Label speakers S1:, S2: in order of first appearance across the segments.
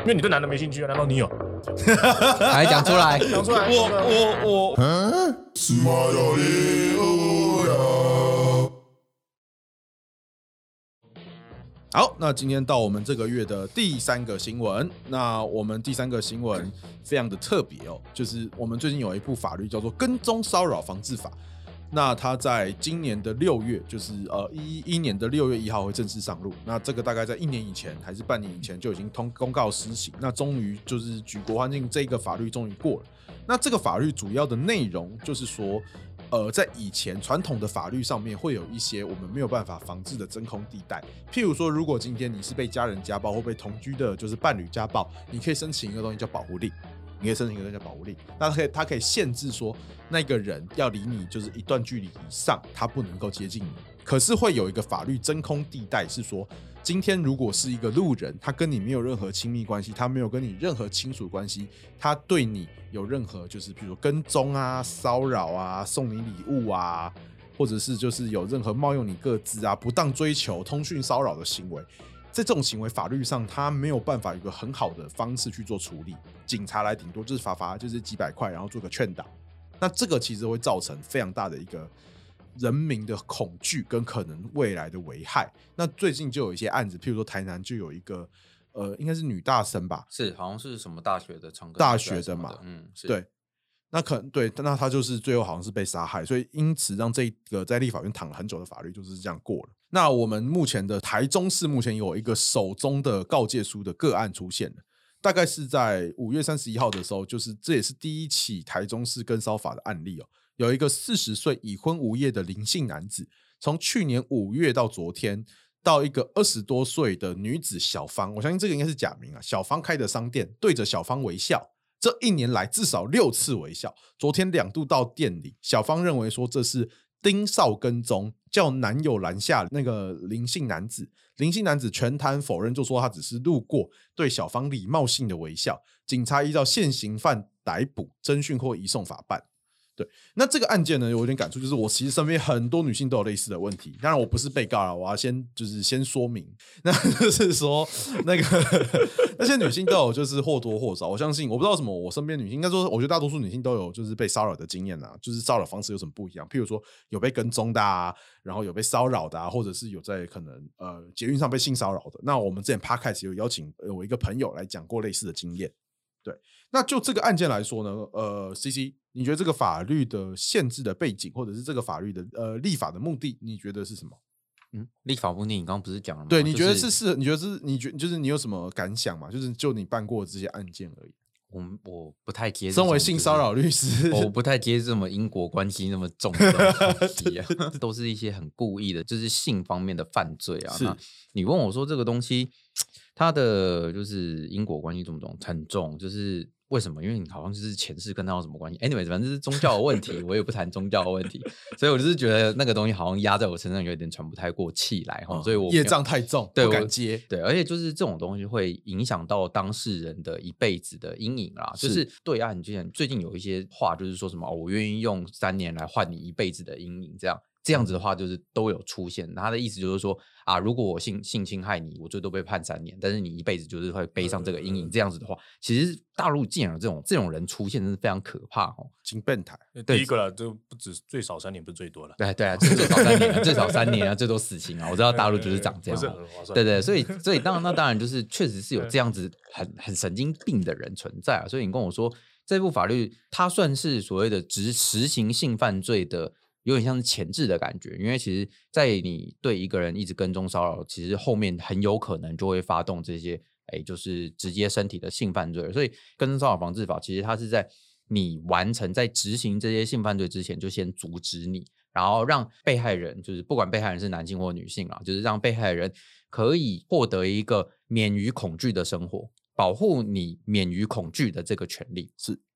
S1: 因为你对男的没兴趣啊，难道你有？
S2: 来讲出来，
S1: 讲出来，
S3: 我我我，好，那今天到我们这个月的第三个新闻。那我们第三个新闻非常的特别哦，就是我们最近有一部法律叫做《跟踪骚扰防治法》。那它在今年的六月，就是呃一一年的六月一号会正式上路。那这个大概在一年以前还是半年以前就已经通公告施行。那终于就是举国欢庆，这个法律终于过了。那这个法律主要的内容就是说，呃，在以前传统的法律上面会有一些我们没有办法防治的真空地带，譬如说，如果今天你是被家人家暴或被同居的，就是伴侣家暴，你可以申请一个东西叫保护令，你可以申请一个东西叫保护令，那它可以它可以限制说那个人要离你就是一段距离以上，他不能够接近你。可是会有一个法律真空地带，是说今天如果是一个路人，他跟你没有任何亲密关系，他没有跟你任何亲属关系，他对你有任何就是比如说跟踪啊、骚扰啊、送你礼物啊，或者是就是有任何冒用你个资啊、不当追求、通讯骚扰的行为，在这种行为法律上，他没有办法有一个很好的方式去做处理，警察来顶多就是罚罚就是几百块，然后做个劝导。那这个其实会造成非常大的一个人民的恐惧跟可能未来的危害。那最近就有一些案子，譬如说台南就有一个呃，应该是女大生吧，
S2: 是好像是什么大学的唱歌
S3: 大
S2: 比赛
S3: 学的
S2: 什么
S3: 嘛
S2: 嗯，是
S3: 对，那可能对，那他就是最后好像是被杀害，所以因此让这一个在立法院躺了很久的法律就是这样过了。那我们目前的台中市目前有一个手中的告诫书的个案出现了，大概是在五月三十一号的时候，就是这也是第一起台中市跟骚法的案例哦。有一个四十岁已婚无业的林姓男子，从去年五月到昨天，到一个二十多岁的女子小芳，我相信这个应该是假名啊。小芳开的商店，对着小芳微笑，这一年来至少六次微笑。昨天两度到店里，小芳认为说这是盯梢跟踪，叫男友拦下那个林姓男子。林姓男子全盘否认，就说他只是路过，对小芳礼貌性的微笑。警察依照现行犯逮捕、侦讯或移送法办。对，那这个案件呢，有点感触，就是我其实身边很多女性都有类似的问题。当然，我不是被告了，我要先就是先说明，那就是说那个那些女性都有就是或多或少，我相信我不知道为什么，我身边女性应该说，我觉得大多数女性都有就是被骚扰的经验啊，就是骚扰方式有什么不一样？譬如说有被跟踪的啊，然后有被骚扰的啊，或者是有在可能呃捷运上被性骚扰的。那我们之前 podcast 有邀请呃我一个朋友来讲过类似的经验。那就这个案件来说呢，呃，C C，你觉得这个法律的限制的背景，或者是这个法律的呃立法的目的，你觉得是什么？
S2: 嗯，立法部你刚刚不是讲了吗？
S3: 对，你
S2: 哦就
S3: 觉得是是？你觉得是？你觉就是你有什么感想吗？就是就你办过的这些案件而已。
S2: 我们我不太接这种，
S3: 身为性骚扰律师
S2: 就是，哦我不太接这么因果关系那么重的东西、 啊， 都是一些很故意的，就是性方面的犯罪啊。
S3: 是
S2: 那你问我说这个东西，它的就是因果关系重不重？很重，就是。为什么？因为你好像就是前世跟他有什么关系？Anyway，反正就是宗教的问 题，我也不谈宗教的问题，所以我就是觉得那个东西好像压在我身上，有点喘不太过气来哈，哦所以我没
S3: 哦业
S2: 有
S3: 障太重，
S2: 对
S3: 不
S2: 我
S3: 敢接。
S2: 对，而且就是这种东西会影响到当事人的一辈子的阴影啦。就是是对岸之前最近有一些话，就是说什么、哦、我愿意用三年来换你一辈子的阴影，这样这样子的话就是都有出现。他的意思就是说啊，如果我性性侵害你，我最多被判三年，但是你一辈子就是会背上这个阴影。这样子的话，其实大陆竟然有这种这种人出现，真是非常可怕哦。
S3: 金变态，
S1: 第一个了，就不止最少三年，不是最多了。
S2: 对对啊，最少三年啊，最少三年啊，最多死刑啊。我知道大陆就是长这样、
S1: 不是
S2: 哦。
S1: 很划算。
S2: 对对，所以所以当然那当然就是确实是有这样子很很神经病的人存在啊。所以你跟我说这部法律它算是所谓的执实行性犯罪的，有点像是前置的感觉，因为其实，在你对一个人一直跟踪骚扰，其实后面很有可能就会发动这些。哎，就是直接身体的性犯罪，所以《跟踪骚扰防治法》其实它是在你完成在执行这些性犯罪之前，就先阻止你，然后让被害人，就是不管被害人是男性或女性啊，就是让被害人可以获得一个免于恐惧的生活，保护你免于恐惧的这个权利。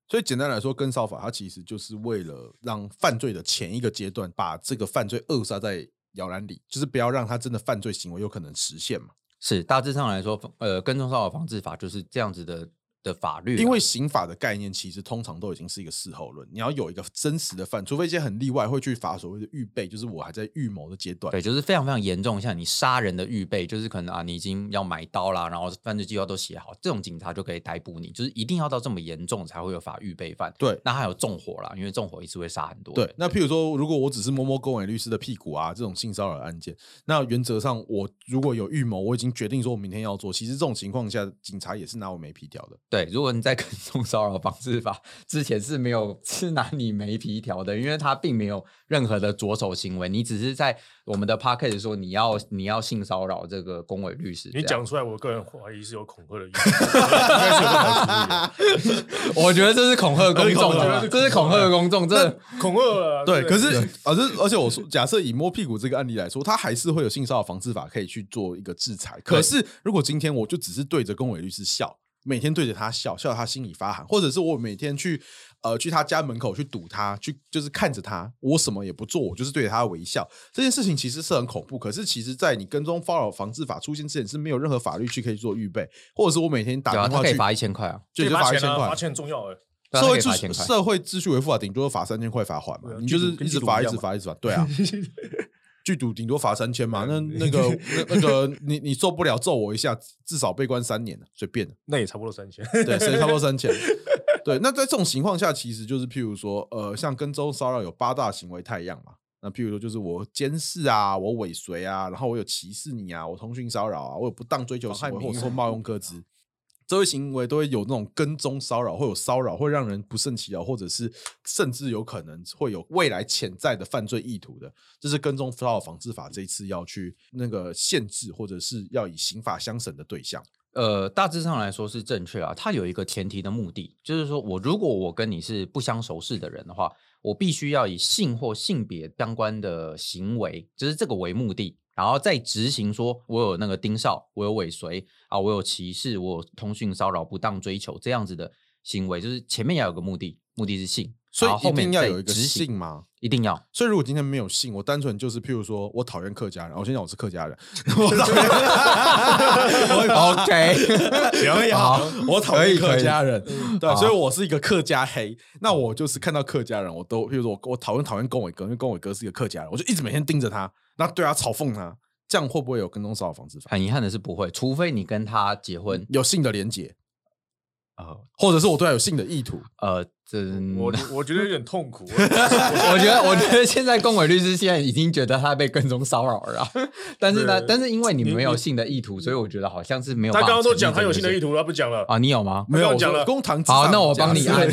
S3: 所以简单来说，跟骚法它其实就是为了让犯罪的前一个阶段，把这个犯罪扼杀在摇篮里，就是不要让他真的犯罪行为有可能实现嘛。
S2: 是大致上来说，呃，跟踪骚扰防治法就是这样子的的法律啦，
S3: 因为刑法的概念其实通常都已经是一个事后论，你要有一个真实的犯，除非一些很例外会去罚所谓的预备，就是我还在预谋的阶段。
S2: 对，就是非常非常严重，像你杀人的预备，就是可能啊，你已经要埋刀啦，然后犯罪计划都写好，这种警察就可以逮捕你，就是一定要到这么严重才会有法预备犯。
S3: 对
S2: 那还有纵火啦，因为纵火一次会杀很多人。
S3: 对，那譬如说，如果我只是摸摸公委律师的屁股啊，这种性骚扰案件，那原则上我如果有预谋，我已经决定说我明天要做，其实这种情况下，警察也是拿我没皮条的。
S2: 对，如果你在跟踪骚扰防治法之前是没有是拿你没皮条的，因为他并没有任何的着手行为，你只是在我们的 p o c a s t 说你要你要性骚扰这个公委律师这
S1: 你
S2: 样。
S1: 讲出来，我个人怀疑是有恐吓的意思，应该是有办法处理的
S2: 我觉得这是恐吓公 众啊，这是恐吓公众，这
S1: 恐吓了。
S3: 啊对，
S1: 不
S3: 可是而是而且我说，假设以摸屁股这个案例来说，他还是会有性骚扰防治法可以去做一个制裁。可是如果今天我就只是对着公委律师笑，每天对着他笑，笑得他心里发寒，或者是我每天去呃去他家门口去堵他，去就是看着他，我什么也不做，我就是对着他微笑，这件事情其实是很恐怖。可是其实，在你跟踪骚扰防治法出现之前，是没有任何法律去可以做预备，或者是我每天打
S2: 对啊，
S3: 电
S2: 他
S3: 话
S2: 可以
S3: 去，
S2: 罚一千块啊，
S3: 就就
S1: 罚
S3: 罚一
S1: 钱
S3: 千
S1: 啊，
S3: 块
S1: 罚。钱很重要哎。
S2: 对啊
S3: 社
S2: 他
S3: 会
S2: 可以罚一千
S3: 秩
S2: 块。
S3: 社会秩序维护法顶多罚三千块罚款嘛
S1: 对啊，
S3: 你就是
S1: 剧毒跟
S3: 一直
S1: 剧毒
S3: 罚
S1: 一
S3: 一
S1: 样
S3: 直
S1: 嘛
S3: 罚一直罚，对啊，剧毒顶多罚三千嘛，那
S1: 啊
S3: 那个 那那个你你受不了揍我一下，至少被关三年了，随便的，
S1: 那也差不多三千。
S3: 对，谁差不多三千。对，那在这种情况下，其实就是譬如说，呃，像跟踪骚扰有八大行为太样嘛。那譬如说，就是我监视啊，我尾随啊，然后我有歧视你啊，我通讯骚扰啊，我有不当追求行
S1: 妨
S3: 为，
S1: 害
S3: 或者
S1: 名
S3: 说
S1: 誉
S3: 冒用各资，这些行为都会有那种跟踪骚扰，会有骚扰，会让人不胜其扰，或者是甚至有可能会有未来潜在的犯罪意图的。这是跟踪骚扰防治法这一次要去那个限制，或者是要以刑法相审的对象。
S2: 呃，大致上来说是正确啊。它有一个前提的目的，就是说我如果我跟你是不相熟识的人的话，我必须要以性或性别相关的行为，就是这个为目的，然后再执行说我有那个盯梢，我有尾随啊，我有歧视，我有通讯骚扰、不当追求这样子的行为，就是前面要有个目的，目的是性，
S3: 所
S2: 然后
S3: 以一
S2: 后面
S3: 定要
S2: 再
S3: 有一个
S2: 执行
S3: 性，吗？
S2: 一定 要。
S3: 所以如果今天没有信，我单纯就是譬如说我讨厌客家人，哦我先讲我是 客家人，我讨厌
S2: OK，
S3: 可以
S2: 好
S3: 好，我讨厌
S2: 可以啊可
S3: 客
S2: 以
S3: 家人，对，啊
S2: 好
S3: 所以我是一个客家黑。那我就是看到客家人，我都譬如说我我讨厌讨厌龚伟哥，因为龚伟哥是一个客家人，我就一直每天盯着他，那对他嘲讽他，这样会不会有跟踪骚扰防治法？
S2: 很遗憾的是不会，除非你跟他结婚。
S3: 有性的连结，
S2: 呃
S3: 或者是我对他有性的意图，
S2: 呃，这
S1: 我我觉得有点痛苦。我
S2: 我觉 得，我觉得现在公委律师现在已经觉得他被跟踪骚扰了 啊，但是呢，
S1: 对
S2: 但是因为你
S1: 你
S2: 没有
S1: 你
S2: 性的意图，所以我觉得好像是没有
S1: 他
S2: 办法
S1: 刚
S2: 成
S1: 刚
S2: 立这
S1: 都
S2: 件事。
S1: 讲他有新的意图了，他不讲了。
S2: 啊，你有吗？
S3: 没有
S1: 不要讲
S3: 我说
S1: 了
S3: 公堂之
S2: 好，
S3: 上
S2: 那我
S3: 假
S2: 帮你
S3: 设
S2: 按，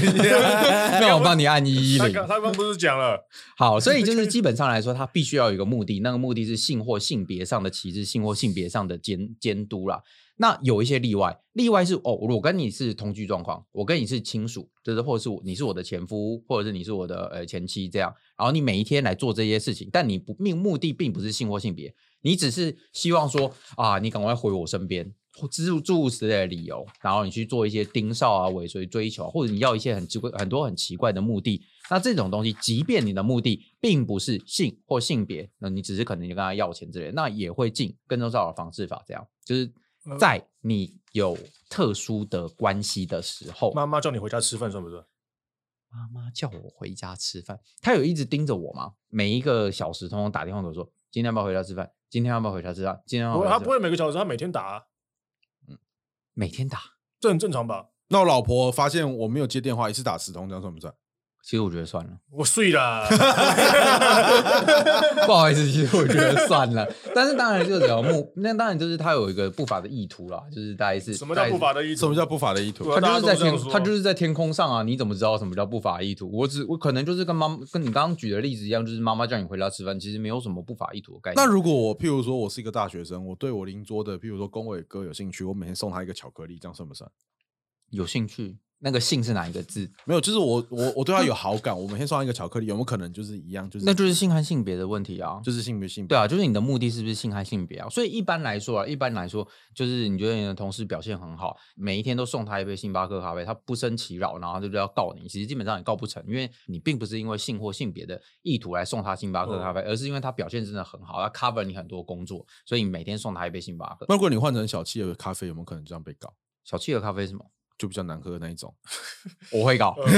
S2: 那我帮你按一一
S1: 他
S2: 零
S1: 刚。他刚不是讲了？
S2: 好，所以就是基本上来说，它必须要有一个目的，那个目的是性或性别上的歧视，性或性别上的监监督啦。那有一些例外，例外是哦，我跟你是同居状况，我跟你是亲属，就是或者是我你是我的前夫，或者是你是我的呃前妻这样，然后你每一天来做这些事情，但你不命目的并不是性或性别，你只是希望说啊，你赶快回我身边，或诸诸如此类的理由，然后你去做一些盯梢啊、尾随、追求啊，或者你要一些很奇怪、很多很奇怪的目的。那这种东西，即便你的目的并不是性或性别，那你只是可能就跟他要钱之类的，那也会进跟踪骚扰防治法。这样就是在你有特殊的关系的时候，
S1: 妈妈叫你回家吃饭算不算？
S2: 妈妈叫我回家吃饭，她有一直盯着我吗？每一个小时通通打电话给我说，今天要不要回家吃饭？今天要不要回家吃饭？今天要
S1: 不
S2: 不
S1: 会，他
S2: 要回家吃
S1: 不
S2: 饭？
S1: 会每个小时，他每天打啊，
S2: 每天打，
S1: 这很正常吧？
S3: 那我老婆发现我没有接电话，一次打十通，这样算不算？
S2: 其实我觉得算了。
S1: 我睡啦。
S2: 不好意思，其实我觉得算了，但是当然就是有目，那当然就是他有一个不法的意图啦，就是大概是
S1: 什么叫不？法的意思？
S3: 什么叫不法的意图
S1: 对？
S2: 大
S1: 啊
S2: 概是他就是在
S1: 大家都这样
S2: 天，
S1: 说
S2: 他就是在天空上啊！你怎么知道什么叫不法意图？我只我可能就是跟妈跟你刚刚举的例子一样，就是妈妈叫你回家吃饭，其实没有什么不法意图的概念。
S3: 那如果我譬如说我是一个大学生，我对我邻桌的譬如说龚伟哥有兴趣，我每天送他一个巧克力，这样算不算？
S2: 有兴趣，那个性是哪一个字？
S3: 没有，就是我我我对他有好感，我每天送他一个巧克力，有没有可能就是一样？就是
S2: 那就是性和性别的问题啊。
S3: 就是性别性别
S2: 对啊，就是你的目的是不是性还性别啊？所以一般来说啊，一般来说，就是你觉得你的同事表现很好，每一天都送他一杯星巴克咖啡，他不生其扰，然后就要告你。其实基本上也告不成，因为你并不是因为性或性别的意图来送他星巴
S3: 嗯
S2: 克咖啡，而是因为他表现真的很好，他 cover 你很多工作，所以你每天送他一杯星巴克。
S3: 那如果你换成小气的咖啡，有没有可能这样被告？
S2: 小企鹅咖啡是什么？
S3: 就比较难喝的那一种。
S2: 我会告，
S3: 嗯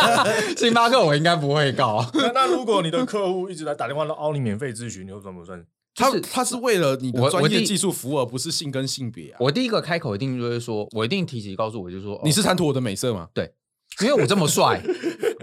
S2: 星巴克我应该不会告。
S1: 那那如果你的客户一直来打电话来凹你免费咨询，你会怎么算？
S3: 他
S2: 就是
S3: 他是为了你的
S2: 我我
S3: 专业
S2: 第
S3: 技术服务，而不是性跟性别啊。
S2: 我第一个开口一定就会说，我一定提及告诉我就说，哦
S3: 你是贪图我的美色吗？
S2: 因为我这么帅，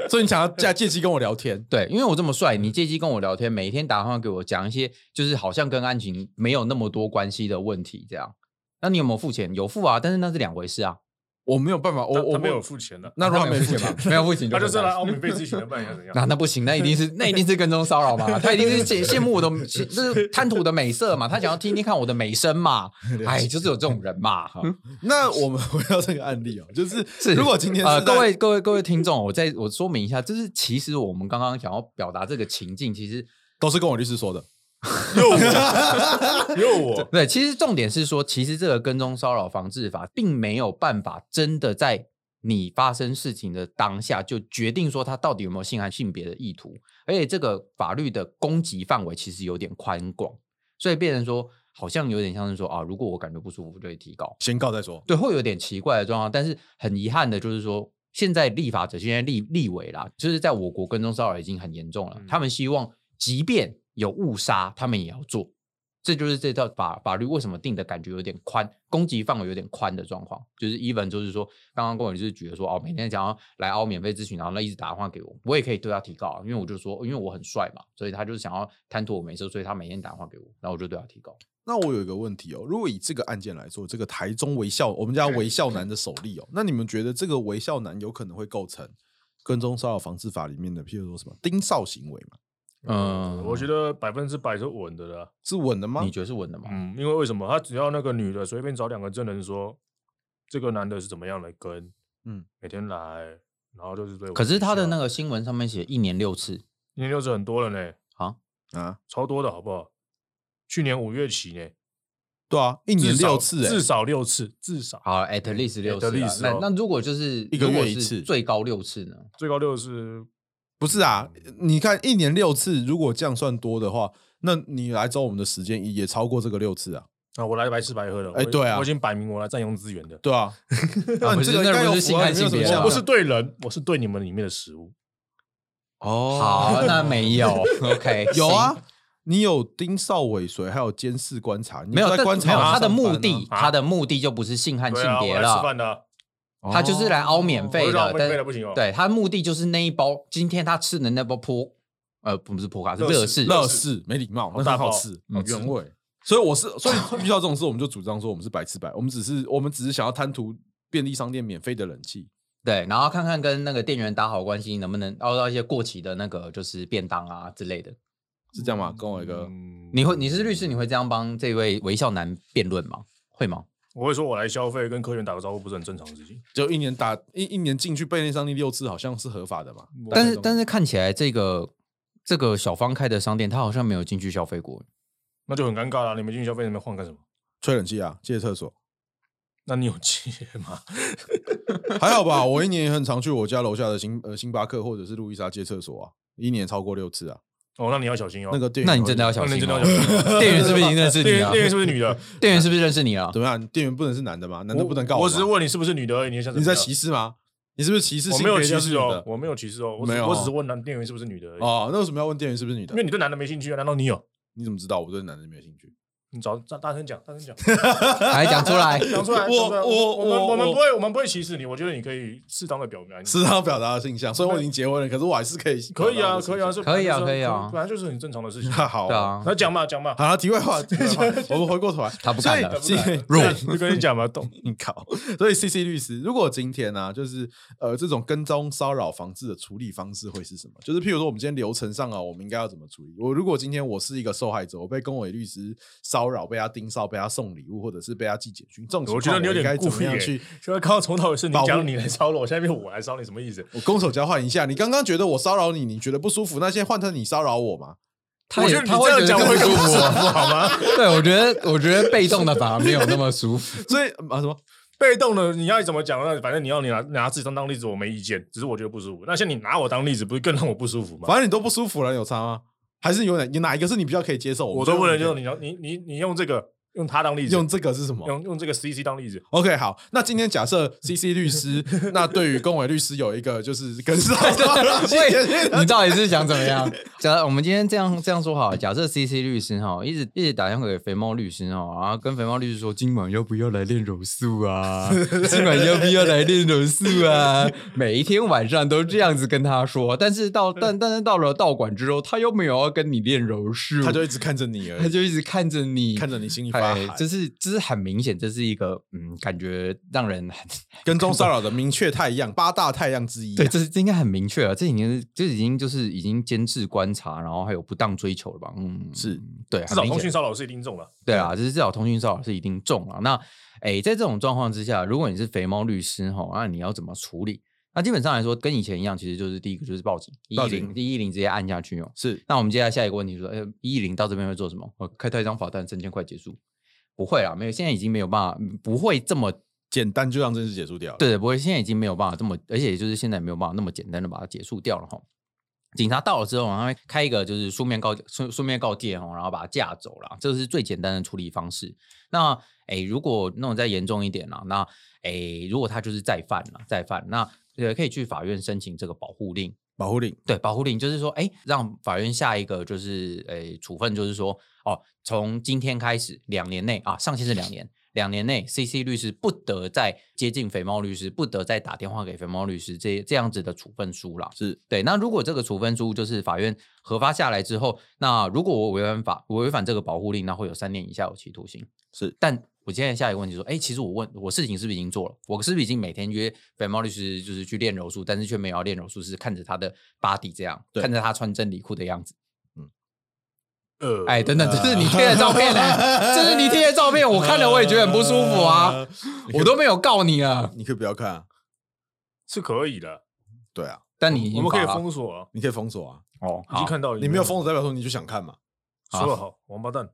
S3: 所以你 想要借借机跟我聊天？
S2: 对，因为我这么帅，你借机跟我聊天，每天打电话给我讲一些就是好像跟案情没有那么多关系的问题，这样。那你有没有付钱？有付啊，但是那是两回事啊。
S3: 我没有办法，我
S1: 他
S3: 我
S1: 他没有
S3: 我
S1: 付钱的，
S3: 那如 果他没付
S2: 吧
S3: 钱，？
S2: 没有付钱，
S1: 他就是来凹免费咨询的，不然你想 怎样？
S2: 那那不行，那一定是那一定是跟踪骚扰嘛，他一定是羡羡慕我的，就是贪图我的美色嘛，他想要听听看我的美声 嘛，哎，就是有这种人嘛。哈
S3: 那我们 回到这个案例哦，就是
S2: 是
S3: 如果今天
S2: 呃，
S3: 是在
S2: 各位各位各位听众，我再我说明一下，就是其实我们刚刚想要表达这个情境，其实
S3: 都是跟我律师说的，
S1: 又我又我，
S2: 对，其实重点是说，其实这个跟踪骚扰防治法并没有办法真的在你发生事情的当下就决定说他到底有没有性和性别的意图，而且这个法律的攻击范围其实有点宽广，所以变成说好像有点像是说啊，如果我感觉不舒服就会提高，
S3: 先告再说。
S2: 对，会有点奇怪的状况。但是很遗憾的就是说，现在立法者现在立立委啦，就是在我国跟踪骚扰已经很严重了，
S1: 嗯
S2: 他们希望即便有误杀，他们也要做。这就是这套法法律为什么定的感觉有点宽，攻击范围有点宽的状况，就是 even 就是说，刚刚跟我就是举得说哦，每天想要来凹免费咨询，然后那一直打电话给我，我也可以对他提告啊，因为我就说，因为我很帅嘛，所以他就是想要贪图我美色，所以他每天打电话给我，然后我就对他提告。
S3: 那我有一个问题哦，如果以这个案件来说，这个台中微笑，我们家微笑男的首例哦，那你们觉得这个微笑男有可能会构成跟踪骚扰防治法里面的，譬如说什么盯梢行为嘛？
S2: 嗯
S1: 我觉得百分之百是稳的啦。
S3: 是稳的吗
S2: 你？觉得是稳的吗？
S1: 嗯，因为为什么？他只要那个女的随便找两个证人说，这个男的是怎么样来跟，
S3: 嗯
S1: 嗯，每天来，然后就是对我。
S2: 可是他的那，个新闻上面写一年六次，
S1: 今天六是很多了呢，
S3: 啊，
S1: 超多的好不好？去年五月起呢，
S3: 对啊，一
S1: 一
S3: 年六次、欸，
S1: 至少六次，至少
S2: 好，at least 六次
S1: at
S2: 啊。
S1: least
S2: 那
S1: 哦
S2: 那如果就是
S3: 一个
S2: 如果
S3: 月一
S2: 是
S3: 次
S2: 最高六次呢？
S1: 最高六次。
S3: 不是啊，你看一年六次，如果这样算多的话，那你来找我们的时间也超过这个六次啊，
S1: 啊，我来白吃白喝的，
S3: 哎
S1: 我
S3: 对啊
S1: 我已经摆明我来占用资源的，
S3: 对 啊，那
S2: 不
S3: 你
S2: 是
S3: 这个应
S2: 那
S3: 该
S2: 不
S3: 有
S2: 是
S3: 符
S2: 性
S3: 合
S2: 爱
S3: 里面
S2: 性别
S3: 什
S2: 啊
S3: 么
S1: 我
S3: 不
S1: 不
S3: 是
S1: 是对人，我是对你们里面的食物。
S3: 哦
S2: 好，那没有，OK，
S3: 有
S2: 行，
S3: 啊，你有盯梢尾随，还有监视观察，你
S2: 没有，
S3: 在
S2: 但
S3: 观察
S2: 没有
S3: 上
S2: 他的
S3: 班
S2: 目
S3: 啊
S2: 的，
S1: 啊
S2: 他的目的就不是性和
S1: 对
S2: 性
S1: 啊，我
S2: 别
S1: 来吃
S2: 了，
S1: 饭的，
S2: 他就是来凹免
S1: 我
S2: 费
S1: 就让我
S2: 的，
S1: 们
S2: 但
S1: 不行哦。，
S2: 对他的目的就是那一包，今天他吃的那包泼，呃，不是泼咖，是
S1: 乐
S2: 乐
S1: 事
S2: 事，
S3: 乐事没礼貌，那
S1: 大
S3: 很好
S1: 包
S3: 吃，
S2: 嗯
S3: 原味。所以我是，所以遇到这种事，我们就主张说我们是白吃白，我们只是我们只是想要贪图便利商店免费的冷气。
S2: 对，然后看看跟那个店员打好关系，能不能哦凹到一些过期的那个就是便当啊之类的。
S3: 是这样吗？跟我一个，
S1: 嗯
S2: 你会，你是律师，你会这样帮这位微笑男辩论吗？会吗？
S1: 我会说我来消费，跟科员打个招呼不是很正常的事情。
S3: 就一年打一一年进去便利商店六次，好像是合法的嘛。
S2: 但是但是看起来这个这个小方开的商店，他好像没有进去消费过。
S1: 那就很尴尬了。你们进去消费，你们换干什么？
S3: 吹冷气啊，借厕所，
S1: 那你有借吗？
S3: 还好吧？我一年也很常去我家楼下的星呃星巴克或者是路易莎借厕所啊，一年超过六次啊。
S1: 哦，那你要小心哦。
S3: 那个店员
S2: 那你
S3: 会
S2: 真的要小
S1: 那
S2: 心
S1: 你真的
S2: 哦
S1: 要小！心哦。
S2: 店员是不是已经认识
S1: 店
S2: 你
S1: 员
S3: 啊
S2: 了？
S1: 店员是不是女 的？
S2: 店员是不是认识你了？
S3: 怎么样？店员不能是男的吗？男的
S1: 我
S3: 不能告
S1: 我
S3: 吗
S1: 只是问你是不是女的而已，你想怎么
S3: 你在
S1: 样
S3: 歧视吗？你是不是歧视
S1: 我
S3: 性
S1: 没有
S3: 别
S1: 歧
S3: 就是
S1: 视
S3: 女
S1: 哦，
S3: 的？
S1: 我没有歧视哦，我只
S3: 没有
S1: 我只是问男店员是不是女的而已。
S3: 哦，那为什么要问店员是不是女
S1: 因
S3: 的
S1: 为？你对男的没兴趣啊？难道你有？
S3: 你怎么知道我对男的没有兴趣？
S1: 你找大大声讲，大声讲，
S2: 来讲 出来。
S1: 讲出来。讲
S3: 我
S1: 出来
S3: 我
S1: 我们
S3: 我
S1: 我们
S3: 我
S1: 不会，我们不会歧视你。我觉得你可以适当的表明，
S3: 适当表达的性向，虽然我已经结婚了，可是我还是可以。
S1: 可以啊，可以啊，是
S2: 可以啊
S1: 本来就是
S2: 可以啊
S1: 本来就是很正常的事情。
S3: 那好，
S2: 对，啊，
S1: 那讲嘛，讲嘛，
S3: 好了，题外 话，题外话我们回过头来，
S2: 他不干
S3: 所以
S2: 了。
S3: 所以
S1: 弱，就跟你讲嘛，懂。
S3: 你搞。所以 C C 律师，如果今天呢、啊，就是呃这种跟踪骚扰防治的处理方式会是什么？就是譬如说我们今天流程上啊，我们应该要怎么处理？我如果今天我是一个受害者，我被公委律师骚扰，被他盯梢，被他送礼物，或者是被他寄简讯，这种情
S1: 我觉得
S3: 况
S1: 你有
S3: 应该
S1: 点
S3: 怎
S1: 故
S3: 么
S1: 意
S3: 样
S1: 耶。
S3: 去
S1: 现在刚刚从头也是你
S3: 保护
S1: 讲你来骚扰我，下面我来骚扰你，什么意思？
S3: 我攻守交换一下，你刚刚觉得我骚扰你，你觉得不舒服，那现在换成你骚扰我 嘛？
S2: 他
S1: 我
S2: 也
S1: 觉得你
S2: 他会
S1: 这样
S2: 觉
S1: 讲
S2: 得
S1: 我
S2: 更
S1: 会
S2: 舒
S1: 更不
S2: 服
S1: 舒
S2: 啊。
S1: 服，好吗？
S2: 对，我觉得我觉得被动的反而没有那么舒服。
S3: 所以嗯啊什么？
S1: 被动的你要怎么讲呢？反正你要你拿拿自己当当例子，我没意见，只是我觉得不舒服。那像你拿我当例子，不是更让我不舒服吗？
S3: 反正你都不舒服了，有差吗？还是有哪有哪一个是你比较可以接受？
S1: 我
S3: 都
S1: 的问的就是你要你你你用这个，用他当例子，
S3: 用这个是什么
S1: 用用这个 CC 当例子，
S3: ？OK，好，那今天假设 CC 律师，那对于公委律师有一个就是跟上
S2: 喂，你到底是想怎么样？假设我们今天这样这样说好了，假设 C C 律师哈，一直一直打电话给肥猫律师哈，然后跟肥猫律师说，今晚要不要来练柔术 啊？今晚要不要来练柔术啊？每一天晚上都这样子跟他说，但是到但但是到了道馆之后，他又没有要跟你练柔术，
S3: 他就一直看着你而
S2: 他
S3: 已，
S2: 就一直看着你，
S3: 看着你心里发
S2: 哎，
S3: 寒。
S2: 这是这是很明显，这是一个嗯，感觉让人很
S3: 跟踪骚扰的明确太阳，八大太阳之一啊。
S2: 对，这是这应该很明确了，啊这已经是这已经就是已经监视观察，然后还有不当追求了吧？嗯，
S3: 是
S2: 对，
S1: 至
S2: 很
S1: 少
S2: 明
S1: 通
S2: 显
S1: 讯骚扰是一定中了。
S2: 对啊，就是至少通讯骚扰是一定中了。那诶，在这种状况之下，如果你是肥猫律师哈，那你要怎么处理？那基本上来说，跟以前一样，其实就是第一个就是报警，一
S3: 报
S2: 一零
S3: 警
S2: 一一零直接按下去哦。
S3: 是，
S2: 那我们接下来下一个问题说，呃，一零到这边会做什么？我哦开他一张罚单，三千块结束？不会啦，没有，现在已经没有办法，不会这么
S3: 简单就让这件事结束掉了。
S2: 对对，不会，现在已经没有办法这么，而且就是现在没有办法那么简单的把它结束掉了哈。警察到了之后，他会开一个就是书面告书书面告诫哈，然后把他架走了，这是最简单的处理方式。那诶，如果那种再严重一点啦，那诶，如果他就是再犯了，再犯，那也可以去法院申请这个保护令。
S3: 保护令
S2: 对，保护令就是说，哎，让法院下一个就是，哎，处分就是说，哦，从今天开始两年内啊，上限是两年，两年内，CC 律师不得再接近肥猫律师，不得再打电话给肥猫律师，这这样子的处分书啦。
S3: 是
S2: 对，那如果这个处分书就是法院核发下来之后，那如果我违反法我违反这个保护令，那会有三年以下有期徒刑。
S3: 是，
S2: 但我现在下一个问题说，哎，其实我问我事情是不是已经做了？我是不是已经每天约肥猫律师就是去练柔术，但是却没有要练柔术，是看着他的 body 这样，
S3: 对
S2: 看着他穿真理裤的样子。
S1: 呃，
S2: 哎，等等，这是你贴的 照片呢、 这是你贴的照片，我看了我也觉得很不舒服
S1: 呃
S2: 啊，我都没有告你啊，
S3: 呃你可以不要看啊，
S1: 是可以的，
S3: 对啊，
S2: 但你已
S1: 我
S2: 经
S1: 们可以
S2: 罚了
S1: 封锁啊，
S3: 你可以封锁啊，
S2: 哦，
S1: 已经
S2: 好
S1: 看到
S3: 你没有封，锁代表说你就想看嘛。
S1: 说了好，王八 蛋，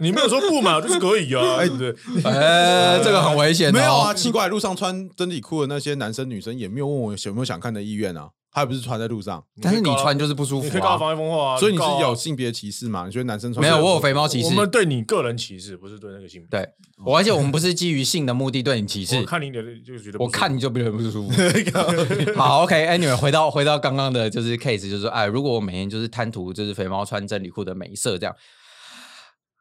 S1: 你没有说不嘛，就是可以啊，对不对？
S2: 哎，这个很危险、哦，
S3: 没有啊，奇怪，路上穿真理裤的那些男生女生也没有问我有没有想看的意愿啊，他也不是穿在路上，
S2: 但是
S1: 可以
S2: 你
S1: 告啊
S2: 穿就是不舒
S1: 你可以
S2: 服
S1: 告他
S2: 啊。
S1: 妨碍风化啊，
S3: 所以哦你是
S1: 告啊
S3: 有性别歧视嘛？你觉得男生穿
S2: 没有，我有肥猫歧
S1: 我
S2: 视。
S1: 们对你个人歧视，不是对那个性别。
S2: 对，我而且我们不是基于性的目的对你歧视
S1: 我，看你脸就觉得不舒服，
S2: 我看你就不会不舒服。 好，OK，Anyway，、回到回到刚刚的就是 case，就是说，哎，如果我每天就是贪图就是肥猫穿真理裤的美色这样，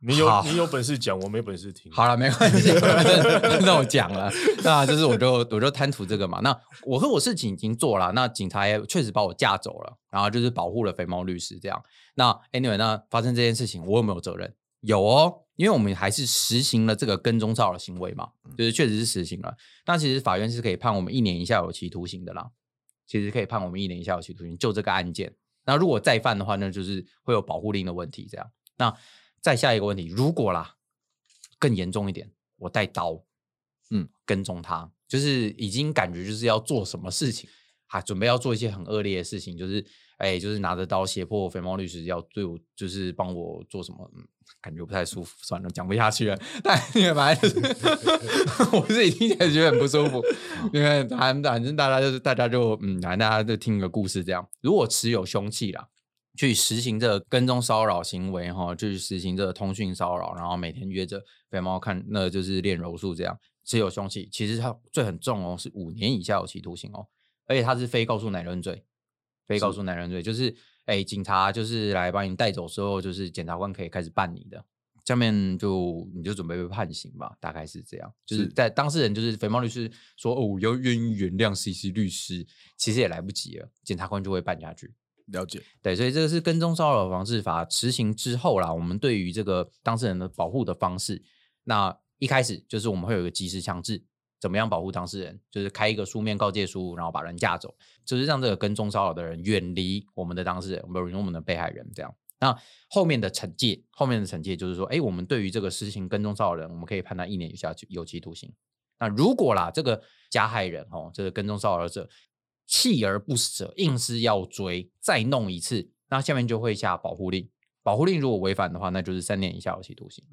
S1: 你有
S2: 好
S1: 你有本事讲，我没本事听。
S2: 好了，没关系， 反正那我讲了，那就是我就我就贪图这个嘛。那我和我事情已经做了，那警察也确实把我架走了，然后就是保护了肥猫律师这样。那 anyway，那发生这件事情，我有没有责任？有哦，因为我们还是实行了这个跟踪骚扰行为嘛，就是确实是实行了。那其实法院是可以判我们一年以下有期徒刑的啦，其实可以判我们一年以下有期徒刑，就这个案件。那如果再犯的话，那就是会有保护令的问题。这样，那再下一个问题，如果啦更严重一点，我带刀，
S3: 嗯，
S2: 跟踪他，就是已经感觉就是要做什么事情，还准备要做一些很恶劣的事情，就是哎，就是拿着刀胁迫肥猫律师要对我，就是帮我做什么，嗯，感觉不太舒服，算了，讲不下去了。 但因为反正就是 我自己听起来觉得很不舒服，因为反反正大家就是大家就嗯，反正大家就听个故事这样。如果持有凶器啦。去实行这个跟踪骚扰行为哈，去实行这个通讯骚扰，然后每天约着肥猫看，那就是练柔术这样，持有凶器，其实它罪很重哦，是五年以下有期徒刑哦，而且它是非告诉乃论罪，非告诉乃论罪就是，哎，警察就是来把你带走之后，就是检察官可以开始办你的，下面就你就准备被判刑吧，大概是这样。就是
S3: 是
S2: 在当事人就是肥猫律师说哦，我要愿意原谅 CC 律师，其实也来不及了，检察官就会办下去。
S3: 了解，
S2: 对，所以这个是跟踪骚扰防治法实行之后啦，我们对于这个当事人的保护的方式，那一开始就是我们会有一个及时强制，怎么样保护当事人，就是开一个书面告诫书，然后把人架走，就是让这个跟踪骚扰的人远离我们的当事人，我们我们的被害人这样。那后面的惩戒，后面的惩戒就是说，哎，我们对于这个实行跟踪骚扰的人，我们可以判他一年以下有期徒刑。那如果啦，这个加害人哦，这个跟踪骚扰者锲而不舍，硬是要追，再弄一次，那下面就会下保护令。保护令如果违反的话，那就是三年以下有期徒刑。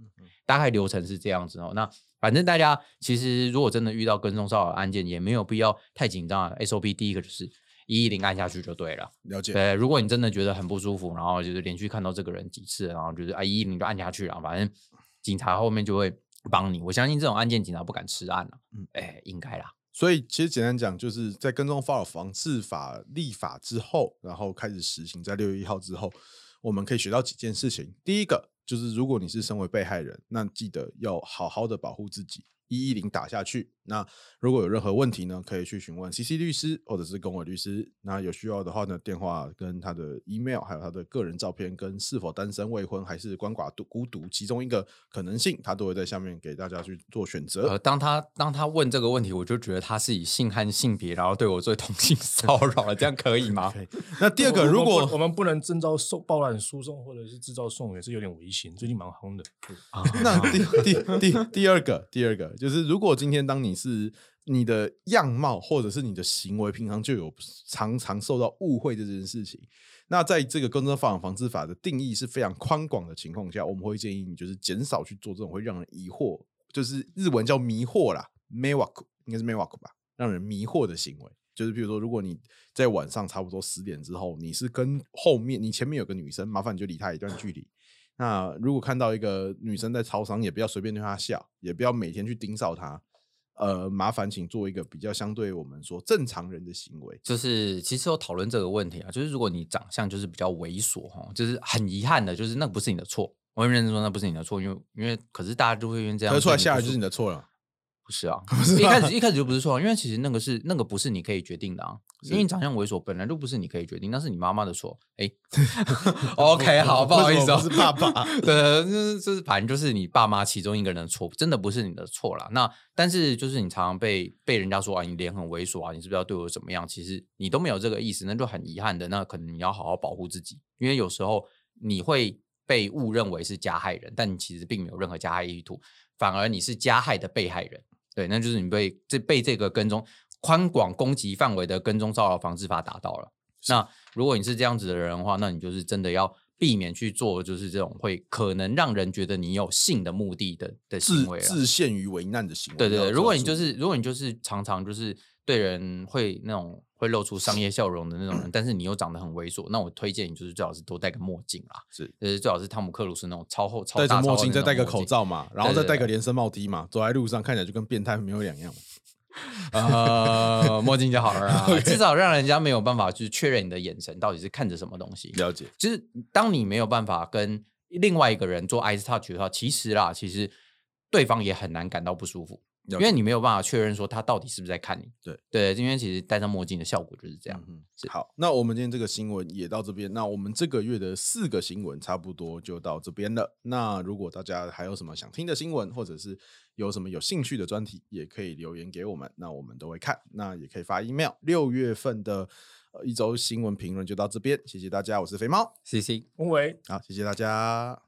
S2: 大概流程是这样子哦。那反正大家其实如果真的遇到跟踪骚扰案件，也没有必要太紧张啊。SOP 第一个就是一一零按下去就对了。
S3: 了解，
S2: 对，如果哎你真的觉得很不舒服，然后就是连续看到这个人几次，然后就是啊一零就按下去了，反正警察后面就会帮你。我相信这种案件，警察不敢吃案了、
S3: 嗯
S2: 嗯，哎，应该啦。
S3: 所以其实简单讲，就是在跟踪骚扰防治法立法之后，然后开始实行，在六月一号之后，我们可以学到几件事情。第一个就是，如果你是身为被害人，那记得要好好的保护自己，一一零打下去。那如果有任何问题呢，可以去询问 CC 律师或者是公委律师。那有需要的话呢，电话跟他的 email，还有他的个人照片跟是否单身、未婚还是鳏寡独孤独其中一个可能性，他都会在下面给大家去做选择。
S2: 呃，当他当他问这个问题，我就觉得他是以性和性别，然后对我做同性 骚扰了，这样可以吗？
S3: 那第二
S1: 我
S3: 个，
S1: 们
S3: 如
S1: 不
S3: 果
S1: 我们不能征召受包揽诉讼或者是制造讼也是有点危险，最近蛮红的。
S2: 啊
S3: 那第第第第二个，第二个就是，如果今天当你是你的样貌或者是你的行为，平常就有常常受到误会这件事情，那在这个《跟踪防防治法》的定义是非常宽广的情况下，我们会建议你就是减少去做这种会让人疑惑，就是日文叫迷惑啦 m e w a k 应该是 m e w a k 吧，让人迷惑的行为。就是比如说，如果你在晚上差不多十点之后，你是跟后面你前面有个女生，麻烦你就离她一段距离，那如果看到一个女生在超商，也不要随便对她笑，也不要每天去盯梢她。呃，麻烦请做一个比较相对我们说正常人的行为。
S2: 就是其实有讨论这个问题啊，就是如果你长相就是比较猥琐哈，就是很遗憾的，就是那不是你的错。我很认真说那不是你的错，因为因为可是大家就会因为这样
S3: 可是出来
S2: 对
S3: 下
S2: 不
S3: 来就是
S2: 舒
S3: 你的错了。
S2: 不是啊，一开始一开始就不是错啊，因为其实那个是那个不是你可以决定的啊，因为你长相猥琐本来就不是你可以决定，那是你妈妈的错。 哎 ，OK，好，不好意思哦，
S3: 为什么不是爸爸
S2: 对，就是就是反正就是你爸妈其中一个人的错，真的不是你的错啦。那但是就是你常常被被人家说啊，你脸很猥琐啊，你是不是要对我怎么样？其实你都没有这个意思，那就很遗憾的。那可能你要好好保护自己，因为有时候你会被误认为是加害人，但你其实并没有任何加害意图，反而你是加害的被害人。对，那就是你被这被这个跟踪宽广攻击范围的跟踪骚扰防治法打到了。那如果你是这样子的人的话，那你就是真的要避免去做，就是这种会可能让人觉得你有性的目的的的
S3: 自
S2: 行为啊。
S3: 自陷于危难的行为。
S2: 对对
S3: 要
S2: 对，
S3: 做
S2: 如果你
S3: 出
S2: 就是如果你就是常常就是对人会那种会露出商业笑容的那 种人，但是你又长得很猥琐，那我推荐你就是最好是多戴个墨镜啦，
S3: 是
S2: 就是最好是汤姆克鲁斯那种超厚超
S3: 戴
S2: 大
S3: 着
S2: 超
S3: 墨
S2: 厚
S3: 镜，
S2: 的
S3: 再
S2: 那
S3: 戴个
S2: 种
S3: 口
S2: 墨镜
S3: 罩嘛，然后
S2: 对
S3: 再
S2: 对
S3: 戴
S2: 对
S3: 个连身帽 T 嘛，走在路上看起来就跟变态没有两样嘛。
S2: 呃，墨镜就好了
S3: 啊
S2: 啦，至少让人家没有办法去确认你的眼神到底是看着什么东西。
S3: 了解，
S2: 就是当你没有办法跟另外一个人做 eyes touch 的话，其实啦，其实对方也很难感到不舒服，
S3: 了
S2: 因
S3: 解
S2: 为你没有办法确认说他到底是不是在看你。
S3: 对
S2: 对，因为其实戴上墨镜的效果就是这样。
S3: 嗯哼
S2: 是
S3: 好，那我们今天这个新闻也到这边。那我们这个月的四个新闻差不多就到这边了。那如果大家还有什么想听的新闻，或者是有什么有兴趣的专题，也可以留言给我们，那我们都会看。那也可以发 email。六月份的、呃一周新闻评论就到这边，谢谢大家，我是肥猫，
S2: C C，
S1: 因为
S3: 好，谢谢大家。